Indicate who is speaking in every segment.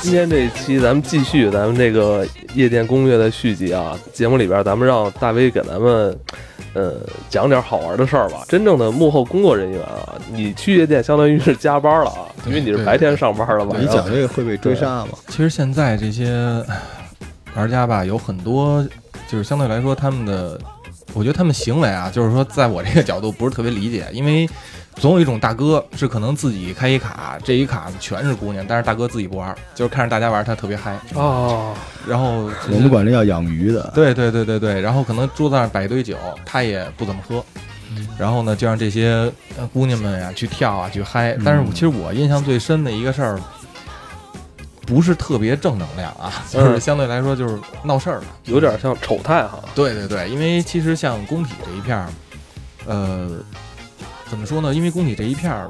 Speaker 1: 今天这一期咱们继续咱们这个夜店攻略的续集啊，节目里边咱们让大威给咱们，呃，讲点好玩的事儿吧。真正的幕后工作人员啊，你去夜店相当于是加班了啊，因为你是白天上班了，晚
Speaker 2: 你
Speaker 1: 上
Speaker 2: 讲这个会被追杀吗？
Speaker 3: 其实现在这些玩家吧，有很多就是相对来说他们的，我觉得他们行为啊，就是说在我这个角度不是特别理解，因为总有一种大哥是可能自己开一卡，这一卡全是姑娘，但是大哥自己不玩儿，就是看着大家玩儿他特别嗨，
Speaker 1: 哦，
Speaker 3: 然后就是
Speaker 2: 我们管这叫养鱼的，
Speaker 3: 对对对对对，然后可能桌子上摆一堆酒，他也不怎么喝，然后呢就让这些呃姑娘们呀、去跳啊去嗨。但是我
Speaker 2: 嗯
Speaker 3: 其实我印象最深的一个事儿，不是特别正能量啊，就
Speaker 1: 嗯
Speaker 3: 是相对来说就是闹事儿了。
Speaker 1: 有点像丑态哈。
Speaker 3: 对对对，因为其实像工体这一片儿，呃，怎么说呢？因为工体这一片儿，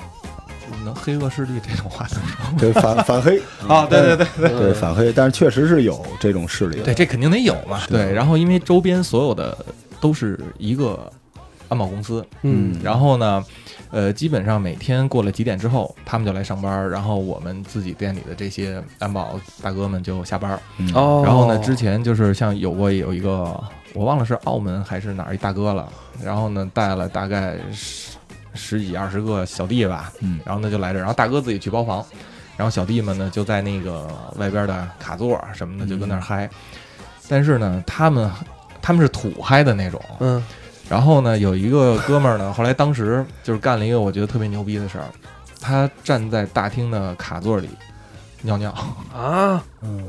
Speaker 3: 能黑恶势力这种话怎么说？
Speaker 2: 对反反黑
Speaker 3: 啊，对对对对。
Speaker 1: 嗯
Speaker 2: 对反黑，但是确实是有这种势力的。
Speaker 3: 对，这肯定得有嘛。对，然后因为周边所有的都是一个安保公司，
Speaker 1: 嗯，
Speaker 3: 然后呢，呃，基本上每天过了几点之后，他们就来上班儿，然后我们自己店里的这些安保大哥们就下班儿。
Speaker 2: 嗯，
Speaker 1: 哦，
Speaker 3: 然后呢，之前就是像有过有一个，我忘了是澳门还是哪儿一大哥了，然后呢带了大概十十几二十个小弟吧，
Speaker 2: 嗯
Speaker 3: 然后呢就来这儿，然后大哥自己去包房，然后小弟们呢就在那个外边的卡座什么的就跟那儿嗨，但是呢他们他们是土嗨的那种，
Speaker 1: 嗯，
Speaker 3: 然后呢，有一个哥们儿呢，后来当时就是干了一个我觉得特别牛逼的事儿，他站在大厅的卡座里尿 尿，
Speaker 1: 啊，
Speaker 2: 嗯，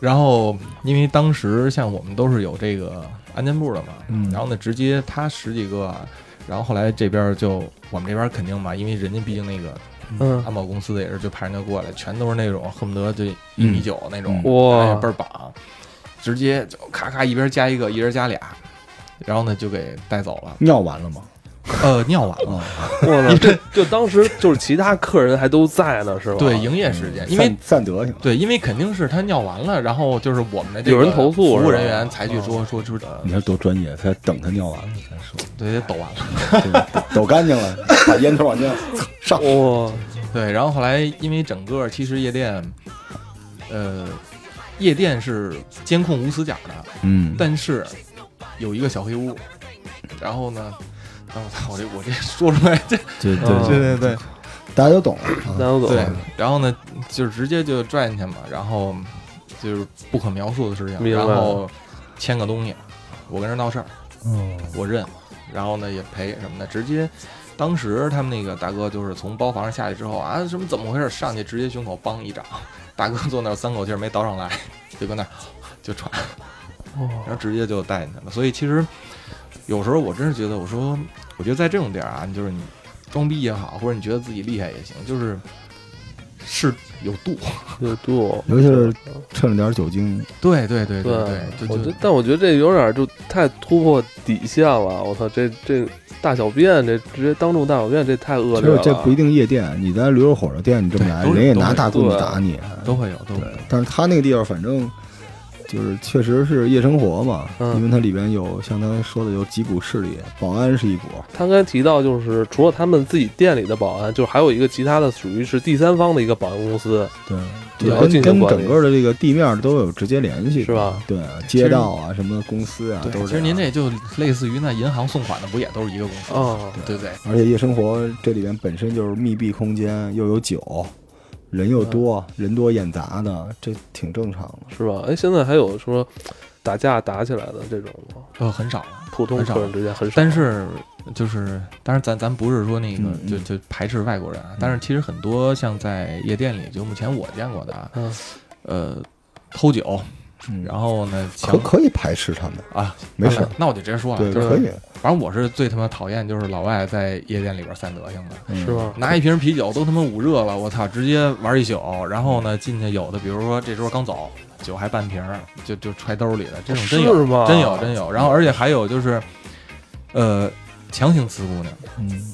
Speaker 3: 然后因为当时像我们都是有这个安监部的嘛，
Speaker 2: 嗯
Speaker 3: 然后呢，直接他十几个，然后后来这边就我们这边肯定嘛，因为人家毕竟那个
Speaker 1: 嗯，
Speaker 3: 安保公司的也是，就派人就过来，全都是那种恨不得就一米九那种，
Speaker 1: 嗯
Speaker 3: 然 后
Speaker 1: 哇
Speaker 3: 也倍，儿绑，直接就咔咔一边加一个，一人加俩，然后呢就给带走了，
Speaker 2: 尿完了吗？啊
Speaker 3: 呃，尿完了。
Speaker 2: 哦
Speaker 1: 我操，这就当时就是其他客人还都在呢，是吧？嗯
Speaker 3: 对，营业时间，因为
Speaker 2: 散散德行，
Speaker 3: 对，因为肯定是他尿完了，然后就是我们的这个
Speaker 1: 有人投诉
Speaker 3: 服
Speaker 1: 是
Speaker 3: 务
Speaker 1: 吧
Speaker 3: 人员才去
Speaker 1: 嗯
Speaker 3: 说说知道，
Speaker 2: 你看多专业，他等他尿完了才说，
Speaker 3: 对，抖完了，
Speaker 2: 对抖干净了， 把烟头往前上。
Speaker 1: 哇，
Speaker 3: 对，然后后来因为整个其实夜店，呃，夜店是监控无死角的，
Speaker 2: 嗯，
Speaker 3: 但是有一个小黑屋，然后呢，啊我操，我这我这说出来这
Speaker 2: 对
Speaker 1: 嗯对对
Speaker 2: 哦
Speaker 3: 对对
Speaker 2: 大家都懂了啊。
Speaker 1: 那我走
Speaker 3: 对
Speaker 1: 了，，
Speaker 3: 然后呢，就是直接就拽进去嘛，然后就是不可描述的事情，
Speaker 1: 明白
Speaker 3: 然
Speaker 1: 了
Speaker 3: 后签个东西，我跟人闹事儿。
Speaker 2: 嗯，
Speaker 3: 我认，然后呢也赔什么的，直接当时他们那个大哥就是从包房上下去之后啊，什么怎么回事？上去直接胸口梆一掌，大哥坐那儿三口气儿没倒上来，就搁那儿就喘，然后直接就带进去了。所以其实有时候我真是觉得，我说我觉得在这种地儿啊，你就是你装逼也好，或者你觉得自己厉害也行，就是是有度。
Speaker 1: 有度，
Speaker 2: 尤其是趁着点酒精，
Speaker 3: 对对对
Speaker 1: 对我
Speaker 3: 对，就
Speaker 1: 觉
Speaker 3: 就
Speaker 1: 得，但我觉得这有点儿就太突破底线了。我操，这这大小便，这直接当众大小便，这太恶
Speaker 2: 其
Speaker 1: 劣
Speaker 2: 实
Speaker 1: 了。
Speaker 2: 这不一定夜店，你在驴肉火烧店，你这么来，
Speaker 3: 对都是
Speaker 2: 人也
Speaker 3: 都
Speaker 2: 拿
Speaker 3: 是
Speaker 2: 大棍子
Speaker 1: 对
Speaker 2: 打你。
Speaker 3: 都会有都会
Speaker 2: 对
Speaker 3: 有。，
Speaker 2: 但是他那个地方反正就是确实是夜生活嘛，
Speaker 1: 嗯
Speaker 2: 因为它里边有像他说的有几股势力，保安是一股，
Speaker 1: 他刚才提到，就是除了他们自己店里的保安，就是还有一个其他的属于是第三方的一个保安公司。
Speaker 2: 对，
Speaker 1: 也要
Speaker 2: 跟
Speaker 1: 进行
Speaker 2: 跟
Speaker 1: 管理
Speaker 2: 整个的这个地面都有直接联系，
Speaker 1: 是吧？
Speaker 2: 对，街道啊，什么公司啊，都是。
Speaker 3: 其实您，这就类似于那银行送款的，不也都是一个公司吗？
Speaker 1: 哦，
Speaker 3: 对不对？
Speaker 2: 而且夜生活这里边本身就是密闭空间，又有酒，人又多，人多眼杂的，这挺正常的。
Speaker 1: 是吧？哎，现在还有说打架打起来的这种吗？
Speaker 3: 呃，很少了。
Speaker 1: 普通
Speaker 3: 很少
Speaker 1: 客人之间很少。
Speaker 3: 但是就是，当然咱咱不是说那个、
Speaker 2: 嗯
Speaker 3: 就就排斥外国人啊，但是其实很多像在夜店里，就目前我见过的啊，
Speaker 1: 嗯，
Speaker 3: 呃，偷酒，
Speaker 2: 嗯
Speaker 3: 然后呢
Speaker 2: 可
Speaker 3: 强
Speaker 2: 可以排斥他们，
Speaker 3: 啊，
Speaker 2: 没事
Speaker 3: 那
Speaker 2: 儿，
Speaker 3: 那我就直接说了，
Speaker 2: 对，
Speaker 3: 就是
Speaker 2: 可以，
Speaker 3: 反正我是最他妈讨厌就是老外在夜店里边散德行的，
Speaker 2: 嗯
Speaker 1: 是？吗？
Speaker 3: 拿一瓶啤酒都他妈捂热了，我操，直接玩一宿，然后呢进去有的，比如说这时候刚走，酒还半瓶儿，就就揣兜里了，这种真有
Speaker 1: 是吗？
Speaker 3: 真有真有，然后而且还有就是，呃，强行呲姑娘。
Speaker 2: 嗯，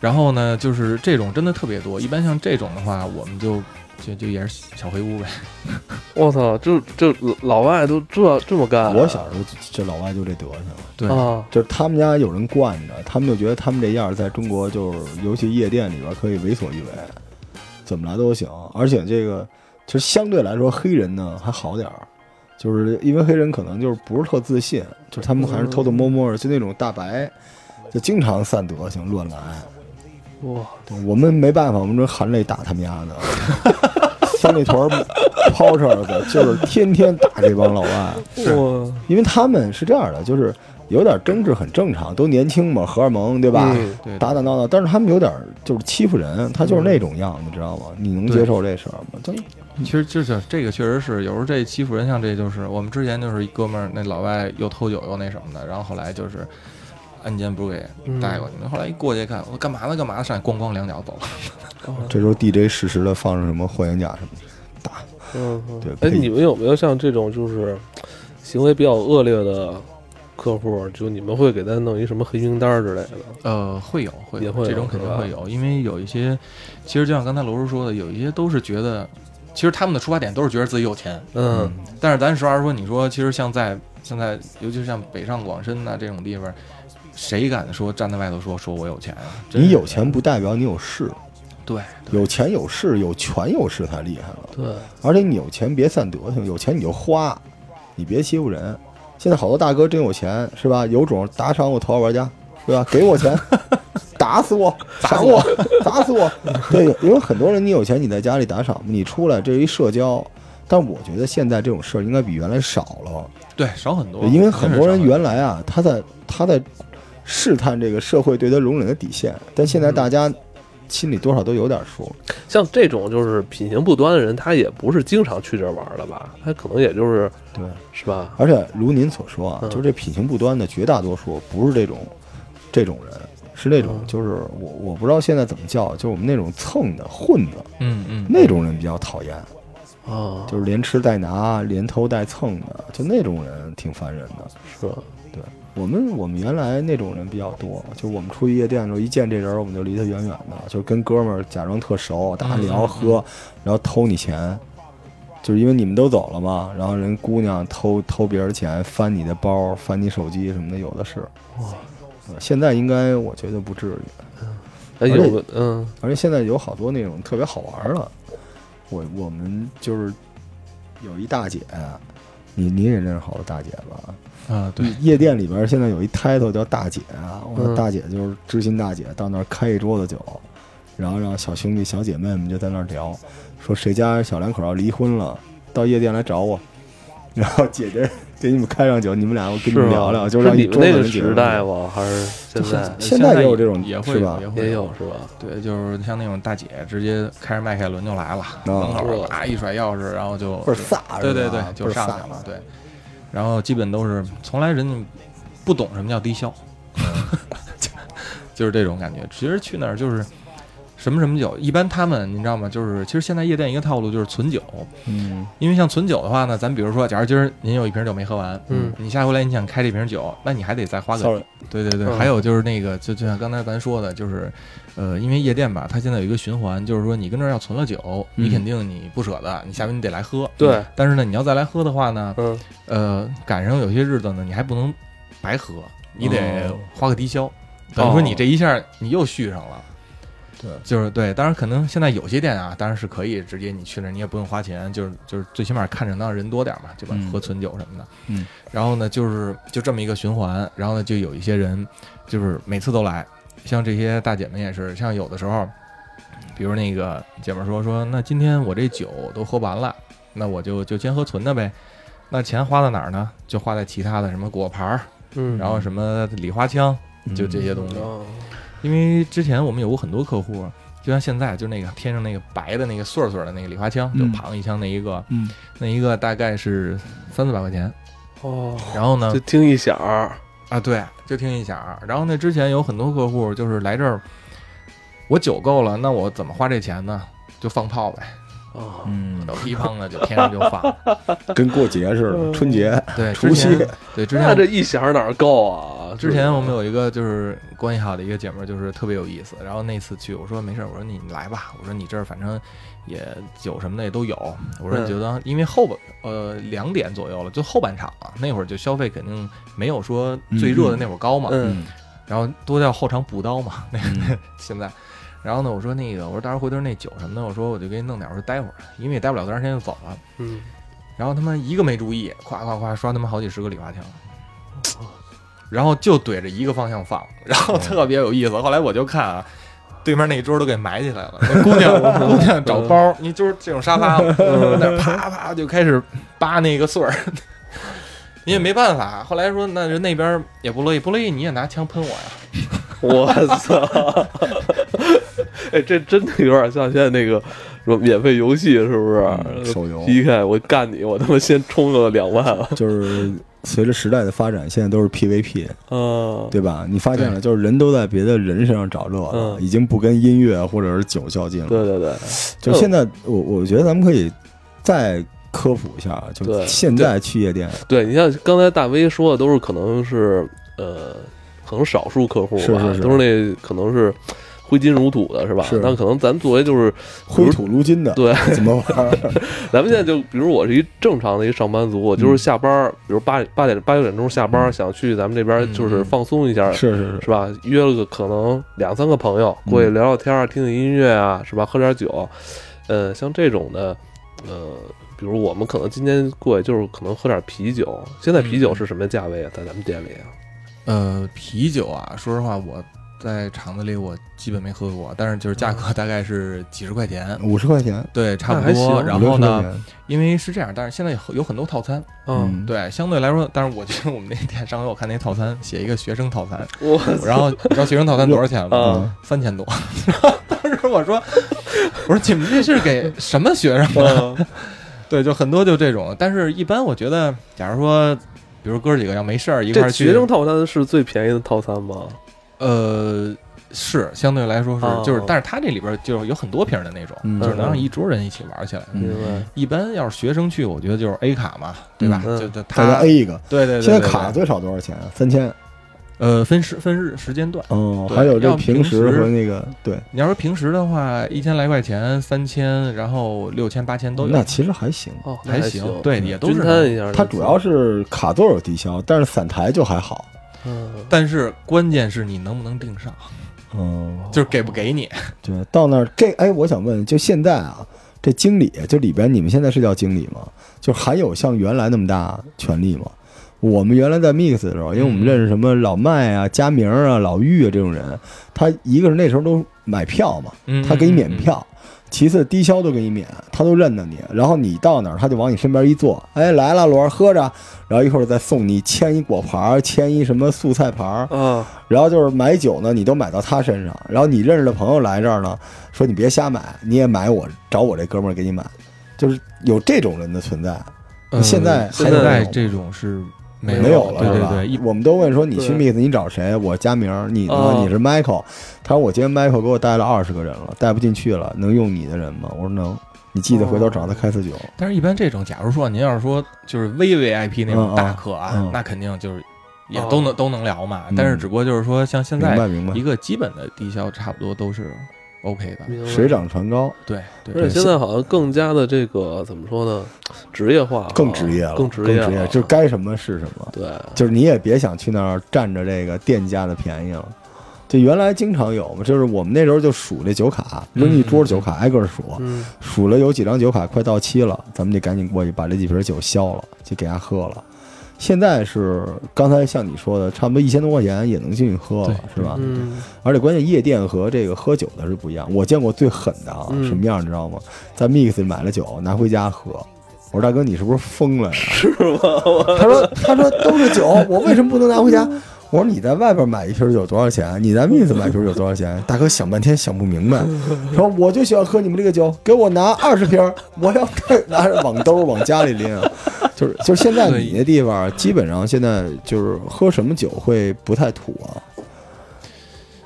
Speaker 3: 然后呢，就是这种真的特别多。一般像这种的话，我们就就就也是小黑屋呗。
Speaker 1: 我操，这这老外都这这么干啊、
Speaker 2: 我小时候这老外就这德行。
Speaker 3: 对，
Speaker 1: 啊，
Speaker 2: 就是他们家有人惯着，他们就觉得他们这样在中国就是，尤其夜店里边可以为所欲为，怎么来都行。而且这个其实相对来说，黑人呢还好点儿，就是因为黑人可能就是不是特自信，就是他们还是偷偷摸摸的，就那种大白，就经常散德行乱来。
Speaker 1: 哇，
Speaker 2: 对我们没办法，我们这含泪打他们丫的， 三里屯儿 Porter 的，就是天天打这帮老外。
Speaker 1: 哇，
Speaker 2: 因为他们是这样的，就是有点争执很正常，都年轻嘛，荷尔蒙对吧？
Speaker 1: 嗯
Speaker 3: 对对
Speaker 2: 打打闹闹，但是他们有点就是欺负人，他就是那种样，你知道吗？
Speaker 3: 嗯
Speaker 2: 你能接受这事儿吗？就
Speaker 3: 其实就是这个，确实是有时候这欺负人，像这就是我们之前就是一哥们儿，那老外又偷酒又那什么的，然后后来就是案件不是给带过去吗？后来一过去一看，我说干嘛呢？干嘛呢？上去咣咣两脚走了。
Speaker 1: 哦
Speaker 2: 这时候 DJ 适时的放上什么霍元甲什么的，
Speaker 1: 嗯，嗯
Speaker 2: 对
Speaker 1: 哎，
Speaker 2: 配
Speaker 1: 你们有没有像这种就是行为比较恶劣的客户，就你们会给他弄一什么黑名单儿之类的？
Speaker 3: 呃，会有会
Speaker 1: 也
Speaker 3: 有
Speaker 1: 会有
Speaker 3: 这种肯定
Speaker 1: 是吧
Speaker 3: 会有，因为有一些，其实就像刚才罗叔说的，有一些都是觉得，其实他们的出发点都是觉得自己有钱，
Speaker 1: 嗯，
Speaker 3: 但是咱实话实说，你说其实像在现在，尤其是像北上广深呐、这种地方，谁敢说站在外头说说我有钱啊？真
Speaker 2: 你有
Speaker 3: 是
Speaker 2: 钱不代表你有势，
Speaker 3: 对
Speaker 2: 有钱有势有权有势才厉害了。
Speaker 1: 对，
Speaker 2: 而且你有钱别散德行，有钱你就花，你别欺负人。现在好多大哥真有钱是吧？有种打赏我头号玩家，对吧？给我 钱，打死我，打我，打死我。对，因为很多人你有钱你在家里打赏，你出来这是一社交。但我觉得现在这种事儿应该比原来少了，
Speaker 3: 对少很多，
Speaker 2: 对因为很多人
Speaker 3: 真是少很多
Speaker 2: 原来啊，他在他在试探这个社会对他容忍的底线，但现在大家心里多少都有点数。
Speaker 1: 像这种就是品行不端的人，他也不是经常去这儿玩儿的吧？他可能也就是
Speaker 2: 对，
Speaker 1: 是吧？
Speaker 2: 而且如您所说啊，
Speaker 1: 嗯
Speaker 2: 就是这品行不端的绝大多数不是这种这种人，是那种
Speaker 1: 嗯
Speaker 2: 就是我我不知道现在怎么叫，就是我们那种蹭的混的
Speaker 3: 嗯嗯，
Speaker 2: 那种人比较讨厌，
Speaker 1: 啊，
Speaker 2: 就是连吃带拿、连偷带蹭的，就那种人挺烦人的。
Speaker 1: 是吧
Speaker 2: 对我们我们原来那种人比较多，就我们出去夜店的时候，一见这人儿我们就离他远远的，就跟哥们儿假装特熟，大家聊
Speaker 3: 嗯
Speaker 2: 喝，然后偷你钱，就是因为你们都走了嘛，然后人姑娘偷偷别人钱，翻你的包，翻你手机什么的，有的是。
Speaker 1: 哇，
Speaker 2: 呃现在应该我觉得不至于，
Speaker 1: 哎，
Speaker 2: 而且
Speaker 1: 有个嗯，
Speaker 2: 而且现在有好多那种特别好玩儿的，我我们就是有一大姐，你你也认识好多大姐吧？
Speaker 3: 啊对，
Speaker 2: 嗯夜店里边现在有一 title 叫大姐啊，我
Speaker 1: 嗯
Speaker 2: 说大姐就是知心大姐，到那儿开一桌子酒，然后让小兄弟小姐妹们就在那儿聊，说谁家小两口要离婚了，到夜店来找我， 然后姐姐 给你们开上酒，你们俩我跟你
Speaker 1: 是
Speaker 2: 们
Speaker 1: 吗
Speaker 2: 聊聊，就是让
Speaker 1: 你
Speaker 2: 一
Speaker 1: 们
Speaker 2: 桌子
Speaker 1: 那个
Speaker 2: 人解
Speaker 1: 时
Speaker 2: 决
Speaker 1: 代吗？还是现 在
Speaker 2: 现
Speaker 3: 在
Speaker 2: 在也有这种
Speaker 3: 也
Speaker 2: 是
Speaker 3: 会
Speaker 2: 吧
Speaker 3: 也会
Speaker 1: 也有是吧？
Speaker 3: 对，就是像那种大姐直接开着迈凯伦就来了，门口儿啊一甩钥匙，然后就
Speaker 2: 倍儿飒是吧，
Speaker 3: 对对对，
Speaker 2: 倍
Speaker 3: 就
Speaker 2: 儿
Speaker 3: 上
Speaker 2: 飒
Speaker 3: 去了，对。然后基本都是从来人家不懂什么叫低消，
Speaker 2: 嗯
Speaker 3: 就是这种感觉。其实去那儿就是什么什么酒，一般他们你知道吗？就是其实现在夜店一个套路就是存酒，
Speaker 2: 嗯，
Speaker 3: 因为像存酒的话呢，咱比如说，假如今儿您有一瓶酒没喝完，
Speaker 1: 嗯
Speaker 3: 你下回来你想开这瓶酒，那你还得再花个
Speaker 2: Sorry
Speaker 3: 对对对，
Speaker 1: 嗯
Speaker 3: 还有就是那个，就就像刚才咱说的，就是，呃，因为夜店吧，它现在有一个循环，就是说你跟这儿要存了酒，你
Speaker 2: 嗯
Speaker 3: 肯定你不舍得，你下回你得来喝。
Speaker 1: 对，
Speaker 3: 但是呢，你要再来喝的话呢，
Speaker 1: 嗯，
Speaker 3: 呃，赶上有些日子呢，你还不能白喝，你得
Speaker 2: 哦
Speaker 3: 花个低消。等于说你这一下你又续上了。
Speaker 2: 对
Speaker 3: 就是对，当然可能现在有些店啊，当然是可以直接你去那儿，你也不用花钱，就是就是最起码看着能让人多点儿嘛，对吧？
Speaker 2: 嗯
Speaker 3: 喝存酒什么的，
Speaker 2: 嗯，
Speaker 3: 然后呢就是就这么一个循环，然后呢就有一些人就是每次都来，像这些大姐们也是，像有的时候，比如那个姐们儿说说，那今天我这酒都喝完了，那我就就先喝存的呗，那钱花到哪儿呢？就花在其他的什么果盘儿，
Speaker 1: 嗯，
Speaker 3: 然后什么礼花枪，
Speaker 2: 嗯
Speaker 3: 就这些东西。
Speaker 1: 哦
Speaker 3: 因为之前我们有过很多客户，就像现在，就那个天上那个白的那个穗儿穗儿的那个礼花枪，就
Speaker 2: 嗯
Speaker 3: 旁一枪那一个，
Speaker 2: 嗯，
Speaker 3: 那一个大概是三四百块钱。
Speaker 1: 哦，
Speaker 3: 然后呢
Speaker 1: 就，听一响儿，
Speaker 3: 啊对，就听一下啊。然后呢，之前有很多客户就是来这儿，我酒够了，那我怎么花这钱呢？就放炮呗，
Speaker 1: 哦，
Speaker 2: 啊
Speaker 3: 嗯，噼砰的就天上就放。
Speaker 2: 跟过节似的，春节
Speaker 3: 对，
Speaker 2: 除
Speaker 3: 之
Speaker 2: 夕
Speaker 3: 前对之
Speaker 1: 那
Speaker 3: 前
Speaker 1: 这一响儿哪儿够啊？
Speaker 3: 之前我们有一个就是关系好的一个姐们儿，就是特别有意思。然后那次去，我说没事儿，我说你来吧，我说你这儿反正也酒什么的也都有。我说
Speaker 1: 嗯
Speaker 3: 你觉得，因为后半呃两点左右了，就后半场了，那会儿就消费肯定没有说最热的那会儿高嘛。
Speaker 1: 嗯
Speaker 3: 然后都叫后场补刀嘛，那个 现在。然后呢，我说那个，我说到时候回头那酒什么的，我说我就给你弄点儿，我说待会儿，因为也待不了多长时间就走了。
Speaker 1: 嗯，
Speaker 3: 然后他妈一个没注意，咵咵咵刷他妈好几十个礼花枪，然后就怼着一个方向放，然后特别有意思。后来我就看啊，对面那一桌都给埋起来 了，那姑娘姑娘找包，你就是这种沙发，那啪啪就开始扒那个穗儿。你也没办法，后来说那人那边也不乐意，不乐意你也拿枪喷我呀，
Speaker 1: 我操！ 哎，这真的有点像现在那个什么免费游戏，是不
Speaker 2: 嗯
Speaker 1: 是？
Speaker 2: 手游
Speaker 1: PK 我干你，我他妈先充个两万啊！
Speaker 2: 就是随着时代的发展，现在都是 PVP，
Speaker 1: 嗯，
Speaker 2: 对吧？你发现了，
Speaker 3: 对
Speaker 2: 就是人都在别的人身上找乐了，
Speaker 1: 嗯
Speaker 2: 已经不跟音乐或者是酒较劲了。
Speaker 1: 对对对，
Speaker 2: 就现在，我我觉得咱们可以再科普一下，啊就
Speaker 1: 对
Speaker 2: 现在去夜店
Speaker 1: 对你像刚才大 V 说的，都是可能是呃，可能少数客户吧，
Speaker 2: 是是是
Speaker 1: 都是那可能是挥金如土的，是吧？
Speaker 2: 是
Speaker 1: 那可能咱们作为就是，
Speaker 2: 挥土如金的，
Speaker 1: 对，
Speaker 2: 怎么玩儿？
Speaker 1: 咱们现在就比如我是一正常的一上班族，我就是下班儿，比如八八点八九点钟下班儿，
Speaker 2: 嗯
Speaker 1: 想去咱们这边儿就是
Speaker 3: 嗯
Speaker 1: 放松一下，
Speaker 2: 是是是，
Speaker 1: 是吧？约了个可能两三个朋友过去聊聊天啊，听听音乐啊，是吧？喝点酒，呃，像这种的，呃，比如我们可能今天过去就是可能喝点啤酒。现在啤酒是什么价位啊？在咱们店里啊？
Speaker 3: 呃，啤酒啊，说实话，我在厂子里我基本没喝过，但是就是价格大概是几十块钱，
Speaker 2: 五十块钱，
Speaker 3: 对，差
Speaker 1: 那还
Speaker 3: 不多。
Speaker 1: 行
Speaker 3: 然后
Speaker 2: 50块
Speaker 3: 呢，
Speaker 2: 钱，
Speaker 3: 因为是这样，但是现在有有很多套餐，
Speaker 1: 嗯，
Speaker 2: 嗯，
Speaker 3: 对，相对来说，但是我觉得我们那店上回我看那套餐写一个学生套 餐，
Speaker 1: 我
Speaker 3: 然后你知道学生套餐多少钱吗？
Speaker 1: 啊
Speaker 2: 嗯，
Speaker 3: 三千多。当时我说， 我说你们这是给什么学生？
Speaker 1: 嗯
Speaker 3: 对，就很多就这种，但是一般我觉得，假如说。比如哥几个要没事儿一块
Speaker 1: 这
Speaker 3: 儿去，
Speaker 1: 学生套餐是最便宜的套餐吗？
Speaker 3: 呃，是相对来说是，
Speaker 1: 哦
Speaker 3: 就是，但是它这里边就是有很多瓶的那种，
Speaker 2: 嗯
Speaker 3: 就是能让一桌人一起玩起来。
Speaker 2: 嗯
Speaker 1: 明白？
Speaker 3: 一般要是学生去，我觉得就是 A 卡嘛，对吧？
Speaker 1: 嗯
Speaker 3: 就就他
Speaker 2: 大家 A 一个。
Speaker 3: 对对对对，
Speaker 2: 现在
Speaker 3: 对
Speaker 2: 卡最少多少钱啊？三千。
Speaker 3: 呃分时分日时间段。
Speaker 2: 哦，
Speaker 3: 对
Speaker 2: 还有这
Speaker 3: 要平
Speaker 2: 时
Speaker 3: 时
Speaker 2: 和那个对，
Speaker 3: 你要说平时的话，一千来块钱、三千，然后六千、八千都
Speaker 2: 那
Speaker 3: 有，
Speaker 2: 其实还行。
Speaker 1: 哦，那
Speaker 3: 还
Speaker 1: 行，
Speaker 3: 对，也都
Speaker 1: 均
Speaker 3: 是
Speaker 1: 摊
Speaker 3: 能。
Speaker 1: 一下就行。
Speaker 2: 它主要是卡座有低消，但是散台就还好。
Speaker 1: 嗯，
Speaker 3: 但是关键是你能不能订上，
Speaker 2: 嗯，
Speaker 3: 就是给不给你。
Speaker 2: 对，到那儿这哎，我想问，就现在啊，这经理就里边，你们现在是叫经理吗？就还有像原来那么大权力吗？我们原来在 Mix 的时候，因为我
Speaker 3: 嗯
Speaker 2: 们认识什么老麦啊、佳明啊、老玉啊这种人，他一个是那时候都买票嘛，
Speaker 3: 嗯
Speaker 2: 他给你免。
Speaker 3: 嗯嗯
Speaker 2: 票，其次低消都给你免，他都认得你，然后你到哪儿他就往你身边一坐，哎来了罗儿喝着，然后一会儿再送你签一果盘儿，签一什么素菜盘儿，
Speaker 1: 啊，
Speaker 2: 然后就是买酒呢，你都买到他身上，然后你认识的朋友来这儿呢，说你别瞎买，你也买我找我这哥们儿给你买，就是有这种人的存在，
Speaker 3: 呃
Speaker 2: 现在还
Speaker 3: 现
Speaker 1: 有
Speaker 3: 在
Speaker 2: 吗
Speaker 3: 这种是没
Speaker 2: 没有了
Speaker 3: 对
Speaker 2: 是
Speaker 3: 对
Speaker 2: 吧？
Speaker 3: 对，一
Speaker 2: 我们都问说你去
Speaker 1: 对
Speaker 2: Mix 你找谁？我佳明，你呢？
Speaker 1: 哦
Speaker 2: 你是 Michael？他说我今天 Michael 给我带了二十个人了，带不进去了，能用你的人吗？我说能，你记得回头找他开次酒。
Speaker 3: 但是，一般这种，假如说您要是说就是 VVIP 那
Speaker 2: 嗯嗯
Speaker 3: 种大客啊，
Speaker 2: 嗯
Speaker 3: 那肯定就是也
Speaker 1: 哦
Speaker 3: 都能、都能聊嘛。
Speaker 2: 嗯
Speaker 3: 但是，只不过就是说，像现
Speaker 2: 明
Speaker 3: 在
Speaker 2: 白明白
Speaker 3: 一，个基本的低消，差不多都是 OK 的。
Speaker 1: 明白
Speaker 2: 水涨船高，
Speaker 3: 对
Speaker 1: 而
Speaker 3: 对
Speaker 1: 且
Speaker 3: 对，
Speaker 1: 现在好像更加的这个怎么说呢，职业化了，
Speaker 2: 更职业了，
Speaker 1: 更
Speaker 2: 职
Speaker 1: 职业了，
Speaker 2: 就是该什么是什么。
Speaker 1: 对，
Speaker 2: 就是你也别想去那儿占着这个店家的便宜了。就原来经常有嘛，就是我们那时候就数这酒卡，扔一桌酒卡，挨个儿数，
Speaker 1: 嗯，
Speaker 2: 数了有几张酒卡快到期了，咱们就赶紧过去把这几瓶酒消了，就给他喝了。现在是刚才像你说的，差不多一千多块钱也能进去喝了，是
Speaker 3: 对
Speaker 2: 吧？
Speaker 1: 嗯，
Speaker 2: 而且关键夜店和这个喝酒的是不一样。我见过最狠的啊，
Speaker 1: 嗯
Speaker 2: 什么样你知道吗？在 Mix 买了酒拿回家喝，我说大哥你是不是疯了呀？ 是吗？他说他说都是酒，我为什么不能拿回家？我说你在外边买一瓶酒多少钱？你在 Mix 买一瓶酒多少钱？大哥想半天想不明白，说我就喜欢喝你们这个酒，给我拿二十瓶，我要带拿着往兜儿往家里拎啊。就是就是现在
Speaker 3: 对
Speaker 2: 你那地方，基本上现在就是喝什么酒会不太土啊？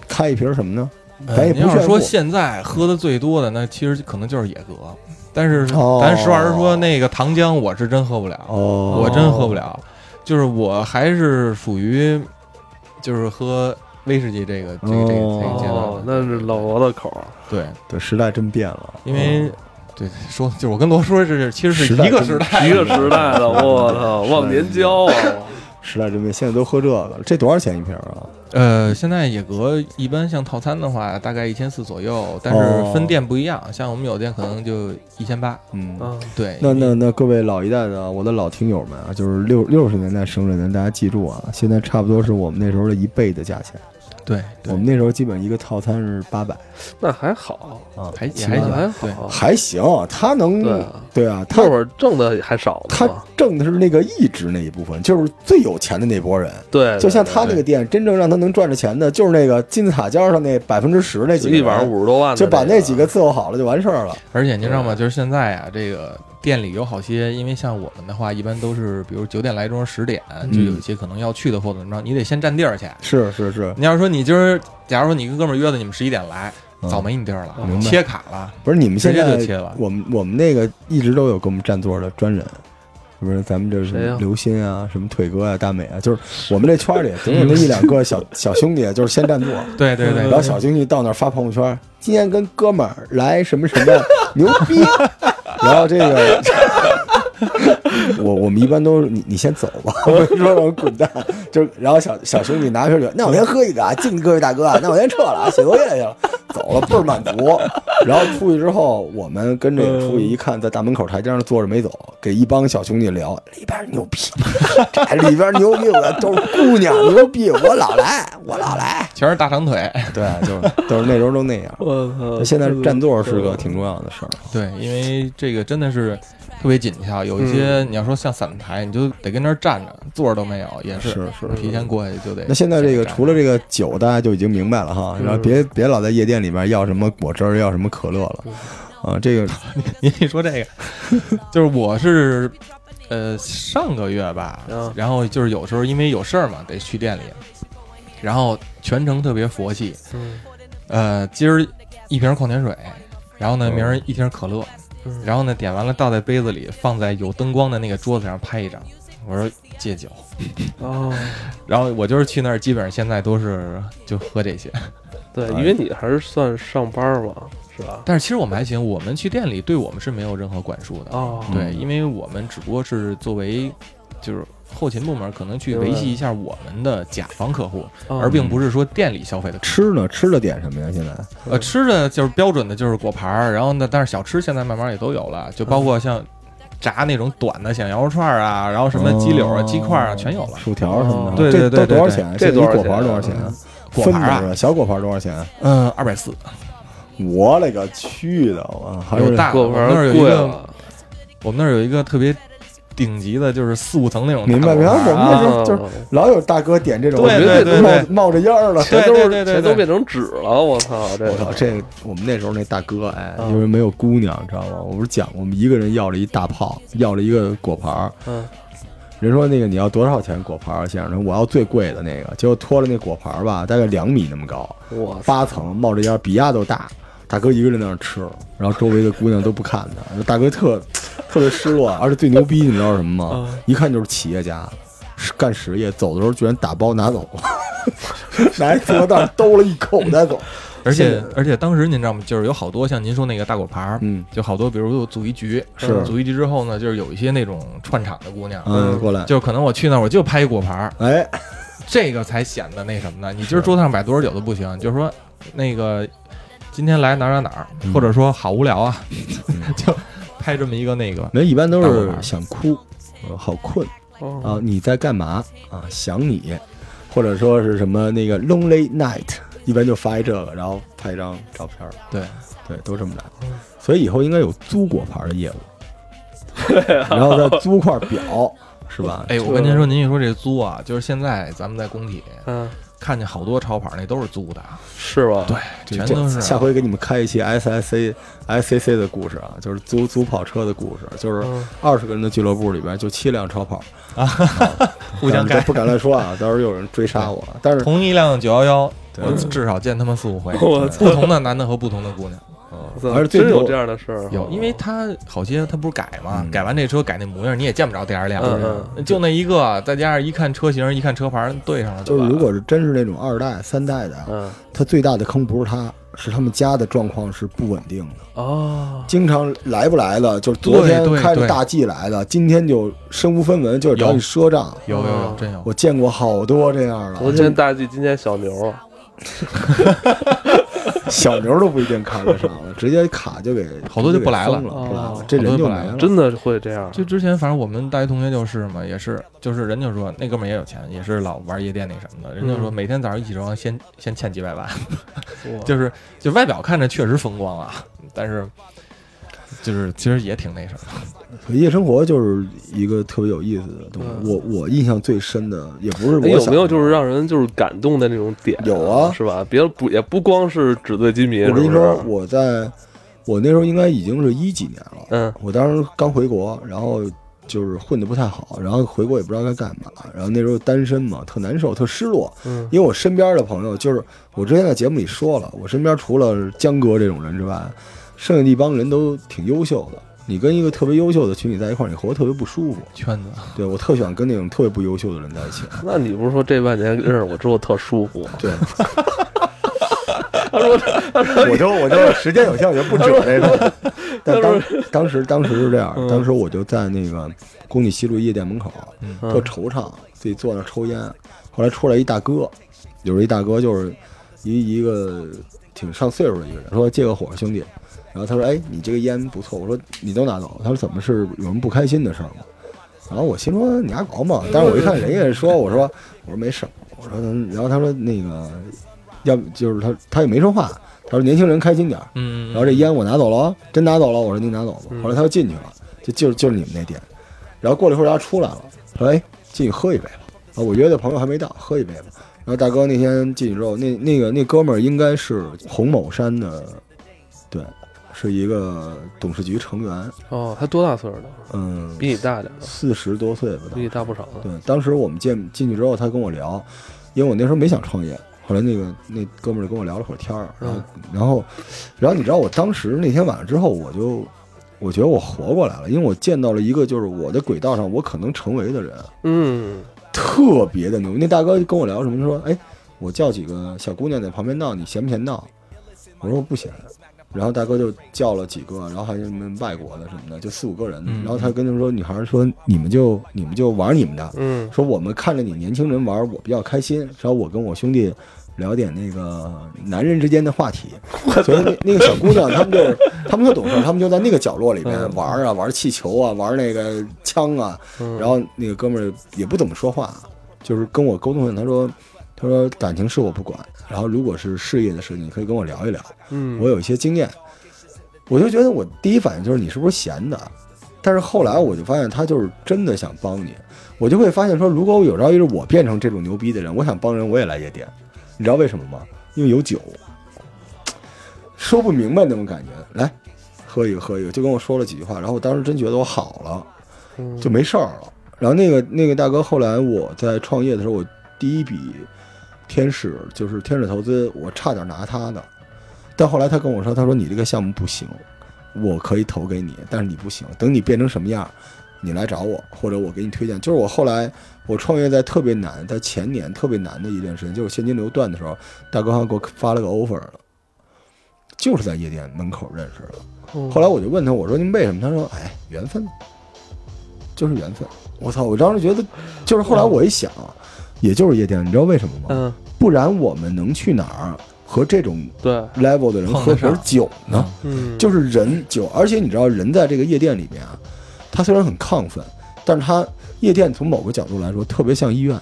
Speaker 2: 开一瓶什么呢？咱
Speaker 3: 呃
Speaker 2: 也
Speaker 3: 您要
Speaker 2: 不炫
Speaker 3: 是说
Speaker 2: 富，
Speaker 3: 现在喝的最多的，那其实可能就是野格。但是，
Speaker 2: 哦
Speaker 3: 咱实话实说，那个糖浆我是真喝不了，
Speaker 2: 哦
Speaker 3: 我真喝不了。就是我还是属于就是喝威士忌这个这个这个这个阶段
Speaker 1: 哦
Speaker 3: 的。，
Speaker 1: 那是老罗的口儿，
Speaker 3: 对。
Speaker 2: 对，时代真变了，
Speaker 3: 因为、对说就是我跟罗叔这是其实是
Speaker 2: 哦时代
Speaker 3: 一个
Speaker 2: 真
Speaker 3: 时代，
Speaker 1: 一个时代的，我操，
Speaker 2: 是
Speaker 1: 忘年交啊！
Speaker 2: 嗯时来之杯，现在都喝这个，这多少钱一瓶啊？
Speaker 3: 呃，现在野格一般像套餐的话，大概一千四左右，但
Speaker 2: 哦
Speaker 3: 是分店不一样，像我们有店可能就一千八。
Speaker 2: 嗯，
Speaker 1: 啊，
Speaker 3: 对，
Speaker 2: 那那那各位老一代的我的老听友们啊，就是六六十年代生人的，大家记住啊，现在差不多是我们那时候的一倍的价钱。
Speaker 3: 对
Speaker 2: 我
Speaker 3: 对
Speaker 2: 们，那时候基本一个套餐是八百
Speaker 1: 那还好，
Speaker 2: 啊，
Speaker 3: 还也
Speaker 2: 行
Speaker 3: 还
Speaker 1: 那
Speaker 3: 行
Speaker 1: 还
Speaker 3: 对
Speaker 1: 好，
Speaker 2: 还行，他能
Speaker 1: 对啊
Speaker 2: 对啊，他
Speaker 1: 那会儿挣的还少呢
Speaker 2: 他
Speaker 1: 嘛
Speaker 2: 挣的是那个一值那一部分，就是最有钱的那波人。
Speaker 1: 对，
Speaker 2: 就像
Speaker 1: 对
Speaker 2: 他那个店，真正让他能赚着钱的，就是那个金字塔尖上那百分之十那几
Speaker 1: 就
Speaker 2: 个
Speaker 1: 一
Speaker 2: 人
Speaker 1: 晚上五十多万的，
Speaker 2: 就把那几个伺候好了就完事儿了。
Speaker 3: 而且您知道吗？
Speaker 1: 对
Speaker 3: 就是现在啊，这个店里有好些，因为像我们的话，一般都是比如九点来钟、十点，
Speaker 2: 嗯
Speaker 3: 就有一些可能要去的或者怎么着，你得先占地儿去。
Speaker 2: 是是是，
Speaker 3: 你要是说你今儿，假如说你跟哥们儿约的，你们十一点来，
Speaker 2: 嗯
Speaker 3: 早没你地儿了，
Speaker 2: 明白
Speaker 3: 切卡了。
Speaker 2: 不是你们现在
Speaker 3: 直接就切了
Speaker 2: 我们我们那个一直都有给我们占座的专人，是不是？咱们这
Speaker 1: 谁
Speaker 2: 是
Speaker 1: 呀
Speaker 2: 刘鑫啊，什么腿哥啊、大美啊，就是我们这圈儿里总有那一两 个小小兄弟，啊就是先占座，
Speaker 3: 对对对，
Speaker 2: 然后小兄弟到那儿发朋友圈，今天跟哥们儿来什么什么牛逼，然后这个。我我们一般都是你你先走吧，我跟你说我滚蛋，就是然后小小兄弟拿瓶酒，那我先喝一个啊，敬各位大哥啊，那我先撤了啊，写作业去了，走了倍儿满足。然后出去之后，我们跟这个出去一看，在大门口台阶上坐着没走，给一帮小兄弟聊里边牛逼，这里边牛逼，我都是姑娘牛逼，我老来，我老来。
Speaker 3: 全是大长腿。
Speaker 2: 对，就是都是那时候都那 样。
Speaker 1: 我操，
Speaker 2: 现在占座呃是个
Speaker 1: 嗯
Speaker 2: 挺重要的事儿，
Speaker 3: 对，因为这个真的是特别紧俏，有一些
Speaker 2: 嗯
Speaker 3: 你要说像散台，你就得跟那儿站着，座儿都没有，也
Speaker 2: 是是
Speaker 3: 提前过去就得。
Speaker 2: 那现在这个除了
Speaker 3: 这
Speaker 2: 这个酒，大家就已经明白了哈，然后别别老在夜店里面要什么果汁儿，要什么可乐了，啊，这个
Speaker 3: 您一说这个，就是我是呃上个月吧
Speaker 1: 嗯，
Speaker 3: 然后就是有时候因为有事儿嘛，得去店里，然后全程特别佛系，
Speaker 1: 嗯
Speaker 3: 呃，今儿一瓶矿泉水，然后呢，明儿一瓶可乐，
Speaker 1: 嗯
Speaker 3: 然后呢，点完了倒在杯子里，放在有灯光的那个桌子上拍一张。我说戒酒，
Speaker 1: 哦，
Speaker 3: 然后我就是去那儿，基本上现在都是就喝这些。
Speaker 1: 对，
Speaker 2: 哎
Speaker 1: 因为你还是算上班嘛，是吧？
Speaker 3: 但是其实我们还行，我们去店里对我们是没有任何管束的。
Speaker 1: 哦，
Speaker 3: 对，因为我们只不过是作为就是后勤部门，可能去
Speaker 1: 明白
Speaker 3: 维系一下我们的甲方客户，
Speaker 1: 哦
Speaker 3: 而并不是说店里消费的客户。
Speaker 2: 吃呢，吃的点什么呀？现在
Speaker 3: 呃，吃的就是标准的，就是果盘儿，然后呢，但是小吃现在慢慢也都有了，就包括像炸那种短的，像羊肉串儿啊，然后什么鸡柳啊、
Speaker 2: 哦
Speaker 3: 鸡块儿啊，全有了。
Speaker 2: 薯条什么
Speaker 1: 哦
Speaker 2: 的，
Speaker 3: 对对
Speaker 2: 这
Speaker 3: 对
Speaker 2: 都
Speaker 3: 对
Speaker 2: 多少
Speaker 3: 对
Speaker 2: 钱？啊
Speaker 1: 这
Speaker 2: 现在
Speaker 1: 多
Speaker 2: 一
Speaker 1: 少
Speaker 2: 果盘儿多少
Speaker 1: 钱
Speaker 2: 钱
Speaker 1: 啊？
Speaker 3: 果
Speaker 2: 分
Speaker 3: 盘儿
Speaker 2: 的
Speaker 3: 啊，
Speaker 2: 是小果盘儿多少钱？
Speaker 3: 嗯，二百四，
Speaker 2: 我勒个去的，我还是
Speaker 3: 有大
Speaker 1: 嗯过
Speaker 3: 我们那儿
Speaker 1: 盘
Speaker 3: 有一
Speaker 1: 贵
Speaker 3: 个，
Speaker 1: 了，
Speaker 3: 我们那儿有一个特别顶级的，就是四五层那种大
Speaker 2: 明
Speaker 3: 果
Speaker 2: 白明白，
Speaker 3: 盘儿
Speaker 2: 我们
Speaker 3: 啊。
Speaker 2: 那时候就是
Speaker 1: 啊
Speaker 2: 老有大哥点这种，
Speaker 3: 对
Speaker 1: 对对
Speaker 2: 冒
Speaker 3: 对
Speaker 2: 冒着烟儿了，
Speaker 3: 对
Speaker 1: 啊钱都是
Speaker 3: 对对对
Speaker 1: 钱都
Speaker 3: 对
Speaker 1: 变成纸了，我操，这
Speaker 2: 我操，
Speaker 1: 个
Speaker 2: 这我们那时候那大哥，哎，
Speaker 1: 嗯
Speaker 2: 因为没有姑娘，你知道吗？我不是讲，我们一个人要了一大炮，要了一个果盘儿。
Speaker 1: 嗯
Speaker 2: 人说那个你要多少钱果盘儿，先生？我要最贵的那个。结果拖了那果盘儿吧，大概两米那么高，
Speaker 1: 我操
Speaker 2: 八层，冒着烟，比鸭都大。大哥一个人在那儿吃，然后周围的姑娘都不看他，大哥特特别失落。 而且最牛逼，你知道是什么吗？
Speaker 1: 嗯
Speaker 2: 一看就是企业家，是干实业，走的时候居然打包拿走了， 拿一塑料袋兜了一口袋走。
Speaker 3: 而且
Speaker 2: 现在
Speaker 3: 而且当时您知道吗？就是有好多像您说那个大果盘儿，
Speaker 2: 嗯
Speaker 3: 就好多，比如我组一局，呃
Speaker 2: 是
Speaker 3: 组一局之后呢，就是有一些那种串场的姑娘，
Speaker 2: 嗯，过来，
Speaker 3: 就可能我去那儿我就拍一果盘儿，
Speaker 2: 哎，
Speaker 3: 这个才显得那什么呢？你今儿桌子上摆多少酒都不行，你就说那个今天来哪儿哪儿哪儿，
Speaker 2: 嗯
Speaker 3: 或者说好无聊啊， 就拍这么一个那个，
Speaker 2: 没，一般都
Speaker 3: 大伙
Speaker 2: 是
Speaker 3: 儿
Speaker 2: 想哭，呃好困啊
Speaker 1: 哦，，
Speaker 2: 你在干嘛啊？想你，或者说是什么那个 lonely night，一般就发一这个，然后拍一张照片儿，
Speaker 3: 对，
Speaker 2: 对，都这么来。所以以后应该有租果盘的业务， 然后再租块表，是吧？
Speaker 3: 哎，我跟您说，您一说这租啊，就是现在咱们在工体
Speaker 1: 嗯，
Speaker 3: 看见好多潮牌儿，那都是租的，
Speaker 1: 是吧？
Speaker 3: 对，
Speaker 2: 这
Speaker 3: 全
Speaker 2: 这
Speaker 3: 都是。啊
Speaker 2: 下回给你们开一期 S S A S C C 的故事啊，就是租租跑车的故事，就是
Speaker 1: 嗯，
Speaker 2: 二十个人的俱乐部里边就七辆超跑，
Speaker 3: 互相
Speaker 2: 咱们
Speaker 3: 盖
Speaker 2: 都不敢乱说啊，到时候有人追杀我。但是
Speaker 3: 同一辆九幺幺，
Speaker 2: 对
Speaker 3: 我至少见他们四五回，
Speaker 1: 我
Speaker 3: 不同的男的和不同的姑娘。
Speaker 1: 我操
Speaker 2: 而且最
Speaker 1: 嗯真有
Speaker 2: 牛
Speaker 1: 这样的事儿，啊
Speaker 3: 有，因为他好些他不是改嘛，
Speaker 2: 嗯
Speaker 3: 改完这车改那模样，你也见不着第二辆，
Speaker 1: 嗯嗯
Speaker 3: 就那一个，再加上一看车型，一看车牌对上了，
Speaker 2: 就
Speaker 3: 对
Speaker 2: 是
Speaker 3: 吧
Speaker 2: 如果是真是那种二代、三代的啊，
Speaker 1: 嗯
Speaker 2: 他最大的坑不是他，是他们家的状况是不稳定的，
Speaker 1: 哦，
Speaker 2: 经常来不来了，就是昨天
Speaker 3: 对对
Speaker 2: 开着
Speaker 3: 对
Speaker 2: 大 G 来的，今天就身无分文，就是找你
Speaker 3: 有
Speaker 2: 赊账。
Speaker 3: 有有有
Speaker 1: 哦，
Speaker 3: 真有。
Speaker 2: 我见过好多这样的，
Speaker 1: 昨天大 G，今天小牛啊，
Speaker 2: 小牛都不一定看得上了，直接卡就给
Speaker 3: 好多就不来了
Speaker 2: 封了，是吧
Speaker 1: 哦
Speaker 2: 这人
Speaker 3: 好多就
Speaker 2: 就没
Speaker 3: 不来了
Speaker 1: 真的会这样。
Speaker 3: 就之前反正我们大学同学就是嘛，也是就是人家说那哥们儿也有钱，也是老玩夜店那什么的，人家说
Speaker 1: 嗯
Speaker 3: 每天早上一起床先先欠几百万，
Speaker 1: 哇
Speaker 3: 就是就外表看着确实风光啊，但是就是其实也挺那什么的。
Speaker 2: 所以夜生活就是一个特别有意思的东西。
Speaker 1: 嗯
Speaker 2: 我我印象最深的也不是我
Speaker 1: 哎有
Speaker 2: 小
Speaker 1: 没有就是让人就是感动的那种点？
Speaker 2: 有啊
Speaker 1: 是吧？别不也不光是纸醉金迷。
Speaker 2: 我跟
Speaker 1: 是
Speaker 2: 你
Speaker 1: 不是
Speaker 2: 说，我在我那时候应该已经是一几年
Speaker 3: 哎
Speaker 2: 了，
Speaker 1: 嗯
Speaker 2: 我当时刚回国，然后就是混的不太好，然后回国也不知道该干嘛，然后那时候单身嘛，特难受，特失落。
Speaker 1: 嗯
Speaker 2: 因为我身边的朋友，就是我之前在节目里说了，我身边除了江哥这种人之外，剩下的一帮人都挺优秀的。你跟一个特别优秀的群体在一块儿，你活得特别不舒服。
Speaker 3: 圈子，
Speaker 2: 对我特喜欢跟那种特别不优秀的人在一起。
Speaker 1: 那你不是说这半年认识我之后特舒服吗？
Speaker 2: 对， 我就我就时间有限，我就不指这个。但当当时当时是这样，
Speaker 1: 嗯
Speaker 2: 当时我就在那个工体西路夜店门口，
Speaker 3: 嗯，
Speaker 1: 嗯
Speaker 2: 特惆怅，自己坐那儿抽烟。后来出来一大哥，有时候一大哥就是一一个挺上岁数的一个人，说借个火兄弟。然后他说：“哎，你这个烟不错。”我说：“你都拿走。”他说：“怎么是有什么不开心的事儿吗？”然后我心说：“你还搞嘛？”但是我一看人家说：“我说我说没事儿。”我说：“嗯然后他说那个，要不就是他他也没说话。他说年轻人开心点儿。”
Speaker 3: 嗯，
Speaker 2: 然后这烟我拿走了啊，真拿走了。我说您拿走吧
Speaker 1: 嗯。
Speaker 2: 后来他就进去了，就就就是你们那店。然后过了一会儿，他出来了，说：“哎，进去喝一杯吧。”啊，我约的朋友还没到，喝一杯吧。然后大哥那天进去之后，那那个那哥们儿应该是洪某山的，对，是一个董事局成员，
Speaker 1: 哦，他多大岁数了？
Speaker 2: 嗯，
Speaker 1: 比你大点儿吧，
Speaker 2: 四十多岁吧，
Speaker 1: 比你大不少呢。
Speaker 2: 对，当时我们见进去之后，他跟我聊，因为我那时候没想创业。后来那个那哥们儿就跟我聊了会儿天儿，然后然后然后你知道我当时那天晚上之后，我就我觉得我活过来了，因为我见到了一个就是我的轨道上我可能成为的人，
Speaker 1: 嗯，
Speaker 2: 特别的牛。那大哥就跟我聊什么，说哎，我叫几个小姑娘在旁边闹，你嫌不嫌闹？我说我不嫌。然后大哥就叫了几个，然后还有什么外国的什么的，就四五个人。
Speaker 3: 嗯
Speaker 2: 然后他跟他们说，女孩儿说你们就你们就玩你们的，
Speaker 1: 嗯，
Speaker 2: 说我们看着你年轻人玩，我比较开心。然后我跟我兄弟聊点那个男人之间的话题，所以那那个小姑娘她们就是她们特懂事儿，她们就在那个角落里面
Speaker 1: 嗯
Speaker 2: 玩啊，玩气球啊，玩那个枪啊。
Speaker 1: 嗯
Speaker 2: 然后那个哥们儿也不怎么说话，就是跟我沟通他说他说感情事我不管，然后如果是事业的事情，你可以跟我聊一聊。
Speaker 1: 嗯，
Speaker 2: 我有一些经验，我就觉得我第一反应就是你是不是闲的？但是后来我就发现他就是真的想帮你，我就会发现说，如果有朝一日我变成这种牛逼的人，我想帮人我也来夜店，你知道为什么吗？因为有酒，说不明白那种感觉。来，喝一个喝一个，就跟我说了几句话，然后我当时真觉得我好了。
Speaker 1: 嗯
Speaker 2: 就没事儿了。然后那个那个大哥，后来我在创业的时候，我第一笔天使就是天使投资，我差点拿他的，但后来他跟我说，他说你这个项目不行，我可以投给你，但是你不行，等你变成什么样，你来找我，或者我给你推荐。就是我后来我创业在特别难，在前年特别难的一段时间，就是现金流断的时候，大哥还给我发了个 offer 了就是在夜店门口认识的。后来我就问他，我说您为什么？他说，哎，缘分，就是缘分。我操！我当时觉得，就是后来我一想，也就是夜店，你知道为什么吗？
Speaker 1: 嗯，
Speaker 2: 不然我们能去哪儿和这种
Speaker 1: 对，
Speaker 2: level 的人
Speaker 3: 碰
Speaker 2: 喝
Speaker 3: 得上
Speaker 2: 瓶酒呢？
Speaker 1: 嗯，
Speaker 2: 就是人酒，而且你知道，人在这个夜店里面啊，他虽然很亢奋，但是他夜店从某个角度来说，特别像医院。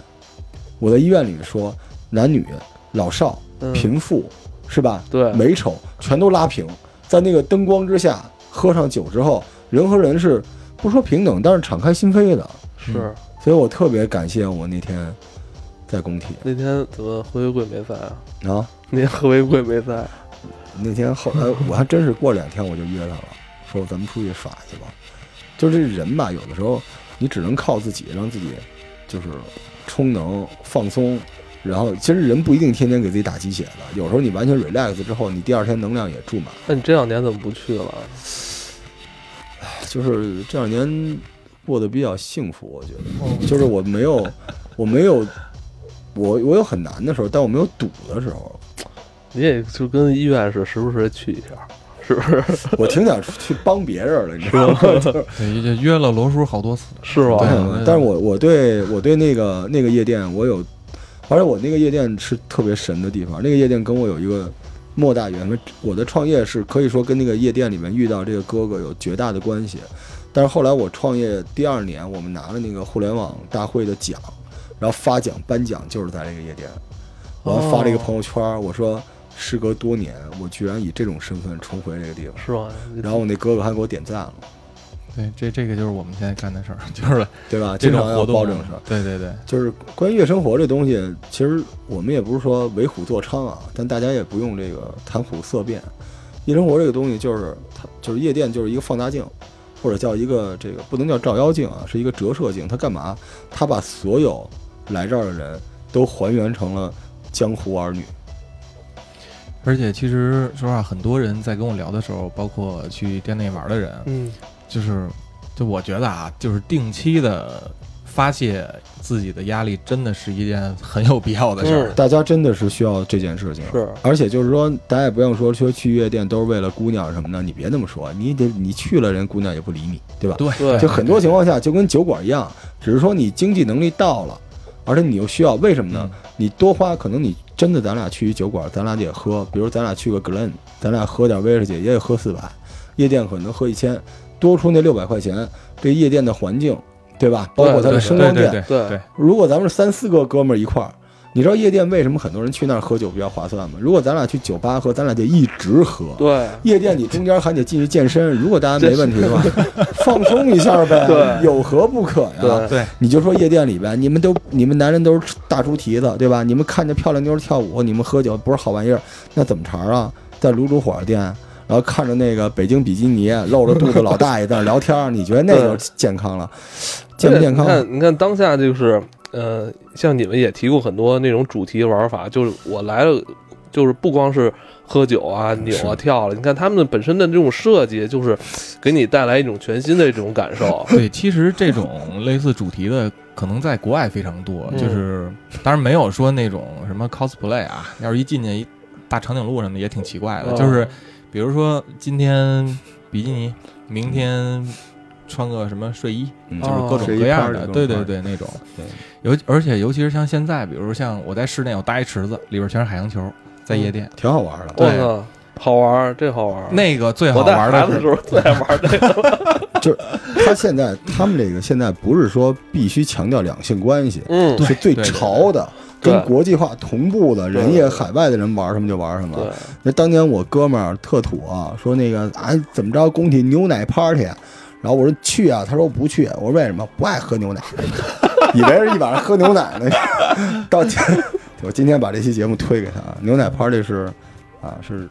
Speaker 2: 我在医院里说，男女、老少、
Speaker 1: 嗯
Speaker 2: 贫富，是吧？
Speaker 1: 对
Speaker 2: 美丑全都拉平，在那个灯光之下，喝上酒之后，人和人是不说平等，但是敞开心扉的。
Speaker 1: 是
Speaker 2: 所以我特别感谢我那天在工体
Speaker 1: 那天怎么何为贵没在啊？
Speaker 2: 啊，
Speaker 1: 那天何为贵没在，啊
Speaker 2: 那天后来我还真是过两天我就约他了，说咱们出去耍去吧。就是这人吧，有的时候你只能靠自己，让自己就是充能放松。然后其实人不一定天天给自己打鸡血的，有时候你完全 relax 之后，你第二天能量也注满。
Speaker 1: 那你这两年怎么不去了？啊
Speaker 2: 就是这两年过得比较幸福，我觉得，就是我没有，我没有，我我有很难的时候，但我没有堵的时候。
Speaker 1: 你也就跟医院似的，时不时去一下，是不是？
Speaker 2: 我挺想去帮别人了，你知道吗？就是
Speaker 3: 对，也约了罗叔好多次。
Speaker 1: 是吧？
Speaker 3: 对
Speaker 2: 但是我我对我对那个那个夜店，我有，而且我那个夜店是特别神的地方。那个夜店跟我有一个莫大缘分。我的创业是可以说跟那个夜店里面遇到这个哥哥有绝大的关系。但是后来我创业第二年，我们拿了那个互联网大会的奖，然后发奖颁奖就是在这个夜店。我还发了一个朋友圈，我说时隔多年，我居然以这种身份重回这个地方。
Speaker 1: 是吧？
Speaker 2: 然后我那哥哥还给我点赞了，
Speaker 3: 对，这这个就是我们现在干的事儿， 就是
Speaker 2: 对
Speaker 3: 这
Speaker 2: 吧？啊经
Speaker 3: 种
Speaker 2: 常要
Speaker 3: 活动。啊
Speaker 2: 报这种事儿。
Speaker 3: 对对对，
Speaker 2: 就是关于夜生活这东西，其实我们也不是说为虎作伥啊，但大家也不用这个谈虎色变。夜生活这个东西，就是它就是夜店就是一个放大镜，或者叫一个这个不能叫照妖镜啊，是一个折射镜。它干嘛？它把所有来这儿的人都还原成了江湖儿女。
Speaker 3: 而且其实说实话，很多人在跟我聊的时候，包括去店内玩的人，
Speaker 1: 嗯，
Speaker 3: 就是就我觉得啊，就是定期的发泄自己的压力，真的是一件很有必要的事儿。
Speaker 2: 大家真的是需要这件事情。
Speaker 1: 是
Speaker 2: 而且就是说，大家也不用说说去夜店都是为了姑娘什么的，你别那么说，你得你去了，人姑娘也不理你，对吧？
Speaker 3: 对，
Speaker 1: 对
Speaker 2: 就很多情况下就跟酒馆一样，只是说你经济能力到了，而且你又需要，为什么
Speaker 3: 嗯
Speaker 2: 呢？你多花，可能你真的咱俩去一酒馆，咱俩得喝，比如咱俩去个 Glen，咱俩喝点威士忌也得喝四百，夜店可能喝一千，多出那六百块钱，这夜店的环境，对吧？包括它的
Speaker 1: 对
Speaker 2: 声
Speaker 3: 对
Speaker 2: 光
Speaker 3: 对
Speaker 2: 电，
Speaker 3: 对
Speaker 1: 对
Speaker 3: 对，
Speaker 2: 如果咱们是三四个哥们儿一块儿。你知道夜店为什么很多人去那儿喝酒比较划算吗？如果咱俩去酒吧喝，咱俩得一直喝。
Speaker 1: 对，
Speaker 2: 夜店你中间还得进去健身，如果大家没问 题的话，放松一下呗，
Speaker 1: 对
Speaker 2: 有何不可呀
Speaker 1: 对？
Speaker 3: 对。
Speaker 2: 你就说夜店里边，你们都你们男人都是大猪蹄子，对吧？你们看着漂亮妞跳舞，你们喝酒不是好玩意儿，那怎么茬儿啊？在卤煮火烧店，然后看着那个北京比基尼露着肚子老大爷在那聊天儿，你觉得那就健康了？健不健康
Speaker 1: 你？看，你看当下就是，呃，像你们也提供很多那种主题玩法，就是我来了，就是不光是喝酒啊、扭啊、
Speaker 2: 是
Speaker 1: 跳了，你看他们本身的这种设计，就是给你带来一种全新的这种感受
Speaker 3: 对，其实这种类似主题的，可能在国外非常多，
Speaker 1: 嗯
Speaker 3: 就是当然没有说那种什么 cosplay 啊，要是一进去一大长颈鹿什么的也挺奇怪的，
Speaker 1: 哦
Speaker 3: 就是比如说今天比基尼，明天穿个什么睡衣，
Speaker 2: 嗯
Speaker 3: 哦就是各种
Speaker 2: 睡衣
Speaker 3: 各样
Speaker 2: 拍儿
Speaker 3: 的，
Speaker 2: 各种
Speaker 3: 对
Speaker 2: 拍
Speaker 3: 对
Speaker 2: 儿
Speaker 3: 对，那种
Speaker 2: 对，
Speaker 3: 尤而且尤其是像现在，比如说像我在室内，我搭一池子，里边全是海洋球，在夜店。
Speaker 2: 挺好玩儿的。
Speaker 1: 我
Speaker 3: 对
Speaker 1: 操，嗯好玩儿，这好玩
Speaker 2: 嗯
Speaker 1: 儿。
Speaker 3: 那个最好
Speaker 1: 我带
Speaker 3: 玩
Speaker 1: 孩
Speaker 3: 的
Speaker 1: 子
Speaker 3: 是
Speaker 1: 的时候最爱玩这个，
Speaker 2: 他现在他们这个现在不是说必须强调两性关系，
Speaker 1: 嗯，
Speaker 2: 是最
Speaker 3: 对对
Speaker 2: 潮的，
Speaker 1: 对
Speaker 2: 跟国际化同步的，
Speaker 1: 对
Speaker 2: 人家海外的人玩什么就玩什么。
Speaker 1: 对，
Speaker 2: 那当年我哥们儿特土啊，说那个啊怎么着工体牛奶 party，然后啊我说去啊，他说不去，我说为什么不爱喝牛奶？ 以为是一晚上喝牛奶呢， 到今我今天把这期节目推给他，啊，牛奶 party 是啊是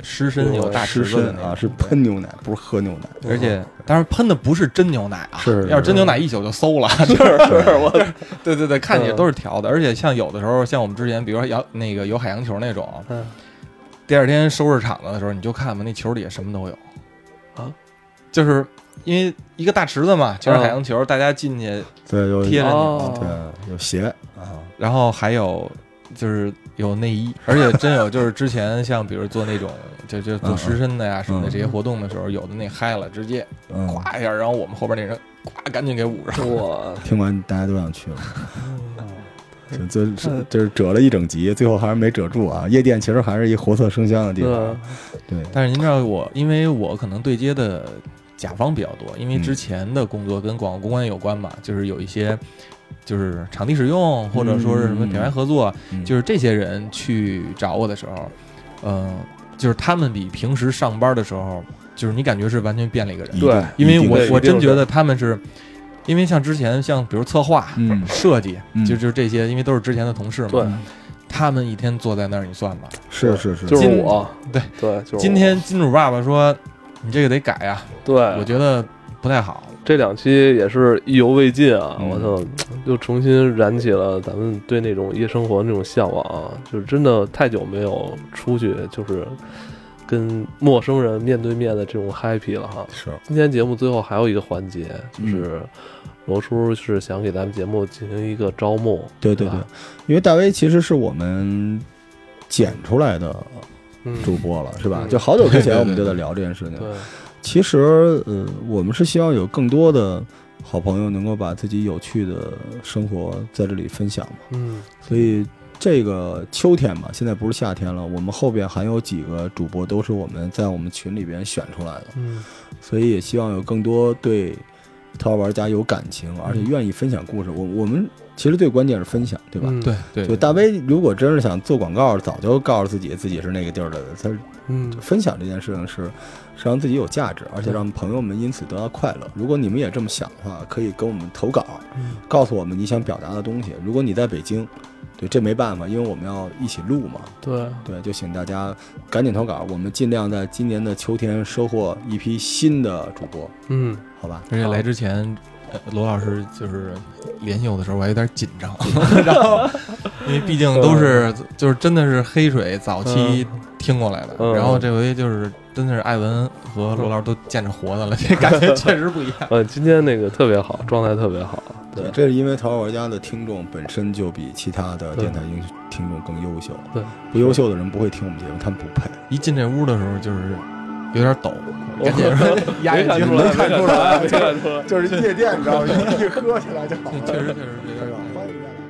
Speaker 3: 湿身有大池子
Speaker 2: 湿
Speaker 3: 的
Speaker 2: 身
Speaker 3: 那
Speaker 2: 啊
Speaker 3: 种
Speaker 2: 是喷牛奶，不是喝牛 奶。
Speaker 3: 而且，当然喷的不是真牛奶啊，
Speaker 2: 是是
Speaker 3: 要是真牛奶一宿就馊了。
Speaker 1: 是是， 我
Speaker 3: 对对对，看起来
Speaker 1: 嗯
Speaker 3: 都是调的，而且像有的时候，像我们之前，比如说摇那个有海洋球那种，
Speaker 1: 嗯
Speaker 3: 第二天收拾场子的时候，你就看吧，那球里也什么都有
Speaker 1: 啊，
Speaker 3: 就是因为一个大池子嘛，全是海洋球，大家进去，
Speaker 2: 对有啊
Speaker 3: 贴着你
Speaker 1: 哦
Speaker 2: 对有鞋啊，
Speaker 3: 然后还有就是有内衣，而且真有就是之前 像比如做那种就就做湿身的呀什么的这些活动的时候，有的那嗨了，直接
Speaker 2: 嗯，
Speaker 3: 咵一下，然后我们后边那人咵赶紧给捂上。
Speaker 1: 我
Speaker 2: 听完大家都想去了。这这是这是折了一整集，最后还是没折住啊！夜店其实还是一活色生香的地
Speaker 1: 对
Speaker 2: 方，对，
Speaker 3: 但是您知道我，因为我可能对接的甲方比较多，因为之前的工作跟广告公关有关嘛，
Speaker 1: 嗯
Speaker 3: 就是有一些就是场地使用或者说是什么品牌合作，
Speaker 2: 嗯
Speaker 3: 就是这些人去找我的时候，嗯、就是他们比平时上班的时候，就是你感觉是完全变了一个人
Speaker 2: 一，
Speaker 1: 对
Speaker 3: 因
Speaker 2: 定
Speaker 3: 为我
Speaker 1: 对
Speaker 3: 我真
Speaker 1: 一定是
Speaker 3: 觉得他们是。因为像之前像比如策划、
Speaker 2: 嗯
Speaker 3: 设计，
Speaker 2: 嗯
Speaker 3: 就就是嗯这些，因为都是之前的同事
Speaker 1: 对
Speaker 3: 嘛，他们一天坐在那儿，你算吧，
Speaker 2: 是是是，
Speaker 1: 就是
Speaker 3: 今
Speaker 1: 我，
Speaker 3: 对
Speaker 1: 对，就是我
Speaker 3: 今天金主爸爸说你这个得改啊，
Speaker 1: 对，
Speaker 3: 我觉得不太好。
Speaker 1: 这两期也是意犹未尽啊！
Speaker 2: 嗯
Speaker 1: 我操，又重新燃起了咱们对那种夜生活那种向往啊！就是真的太久没有出去，就是跟陌生人面对面的这种 happy 了哈。
Speaker 2: 是
Speaker 1: 今天节目最后还有一个环节，就
Speaker 2: 嗯
Speaker 1: 是罗叔是想给咱们节目进行一个招募，
Speaker 2: 对对对
Speaker 1: 吧，
Speaker 2: 因为大威其实是我们剪出来的
Speaker 1: 嗯，
Speaker 2: 主播了，是吧
Speaker 1: 嗯？
Speaker 2: 就好久之前
Speaker 3: 对
Speaker 2: 我们
Speaker 3: 对
Speaker 2: 就在
Speaker 3: 对
Speaker 2: 聊这件事情。
Speaker 1: 对，
Speaker 2: 其实，呃，我们是希望有更多的好朋友能够把自己有趣的生活在这里分享嘛。
Speaker 1: 嗯
Speaker 2: 所以这个秋天嘛，现在不是夏天了，我们后边还有几个主播都是我们在我们群里边选出来的，
Speaker 1: 嗯
Speaker 2: 所以也希望有更多对淘宝玩家有感情，而且愿意分享故事。我我们其实最关键是分享，对吧？
Speaker 1: 嗯
Speaker 3: 对对，
Speaker 2: 就
Speaker 3: 对
Speaker 2: 大威如果真是想做广告，早就告诉自己自己是那个地儿的人，他
Speaker 1: 嗯
Speaker 2: 分享这件事情是是让自己有价值，而且让朋友们因此得到快乐。如果你们也这么想的话，可以跟我们投稿，
Speaker 1: 嗯
Speaker 2: 告诉我们你想表达的东西。如果你在北京，对，这没办法，因为我们要一起录嘛。
Speaker 1: 对，嗯
Speaker 2: 对，就请大家赶紧投稿，我们尽量在今年的秋天收获一批新的主播，
Speaker 1: 嗯
Speaker 2: 好吧？
Speaker 3: 而且来之前，呃罗老师就是联系我的时候，我还有点紧张， 然后因为毕竟都是就是真的是黑水早期听过来的，
Speaker 1: 嗯
Speaker 3: 然后这回就是真的是艾文和罗老师都见着活的了，这感觉确实不一样。
Speaker 1: 呃，今天那个特别好，状态特别好，对
Speaker 2: 这是因为《逃跑玩家》的听众本身就比其他的电台听听众更优秀，
Speaker 1: 对，
Speaker 2: 不优秀的人不会听我们节目，他们不配。
Speaker 3: 一进这屋的时候就是有点抖，赶紧说压
Speaker 1: 没
Speaker 3: 一
Speaker 1: 看
Speaker 3: 听
Speaker 1: 出来，没看出来，没看出来。
Speaker 2: 就是夜店，你知道吗？一喝起来就好
Speaker 3: 确实确实有点抖。
Speaker 2: 欢迎大家。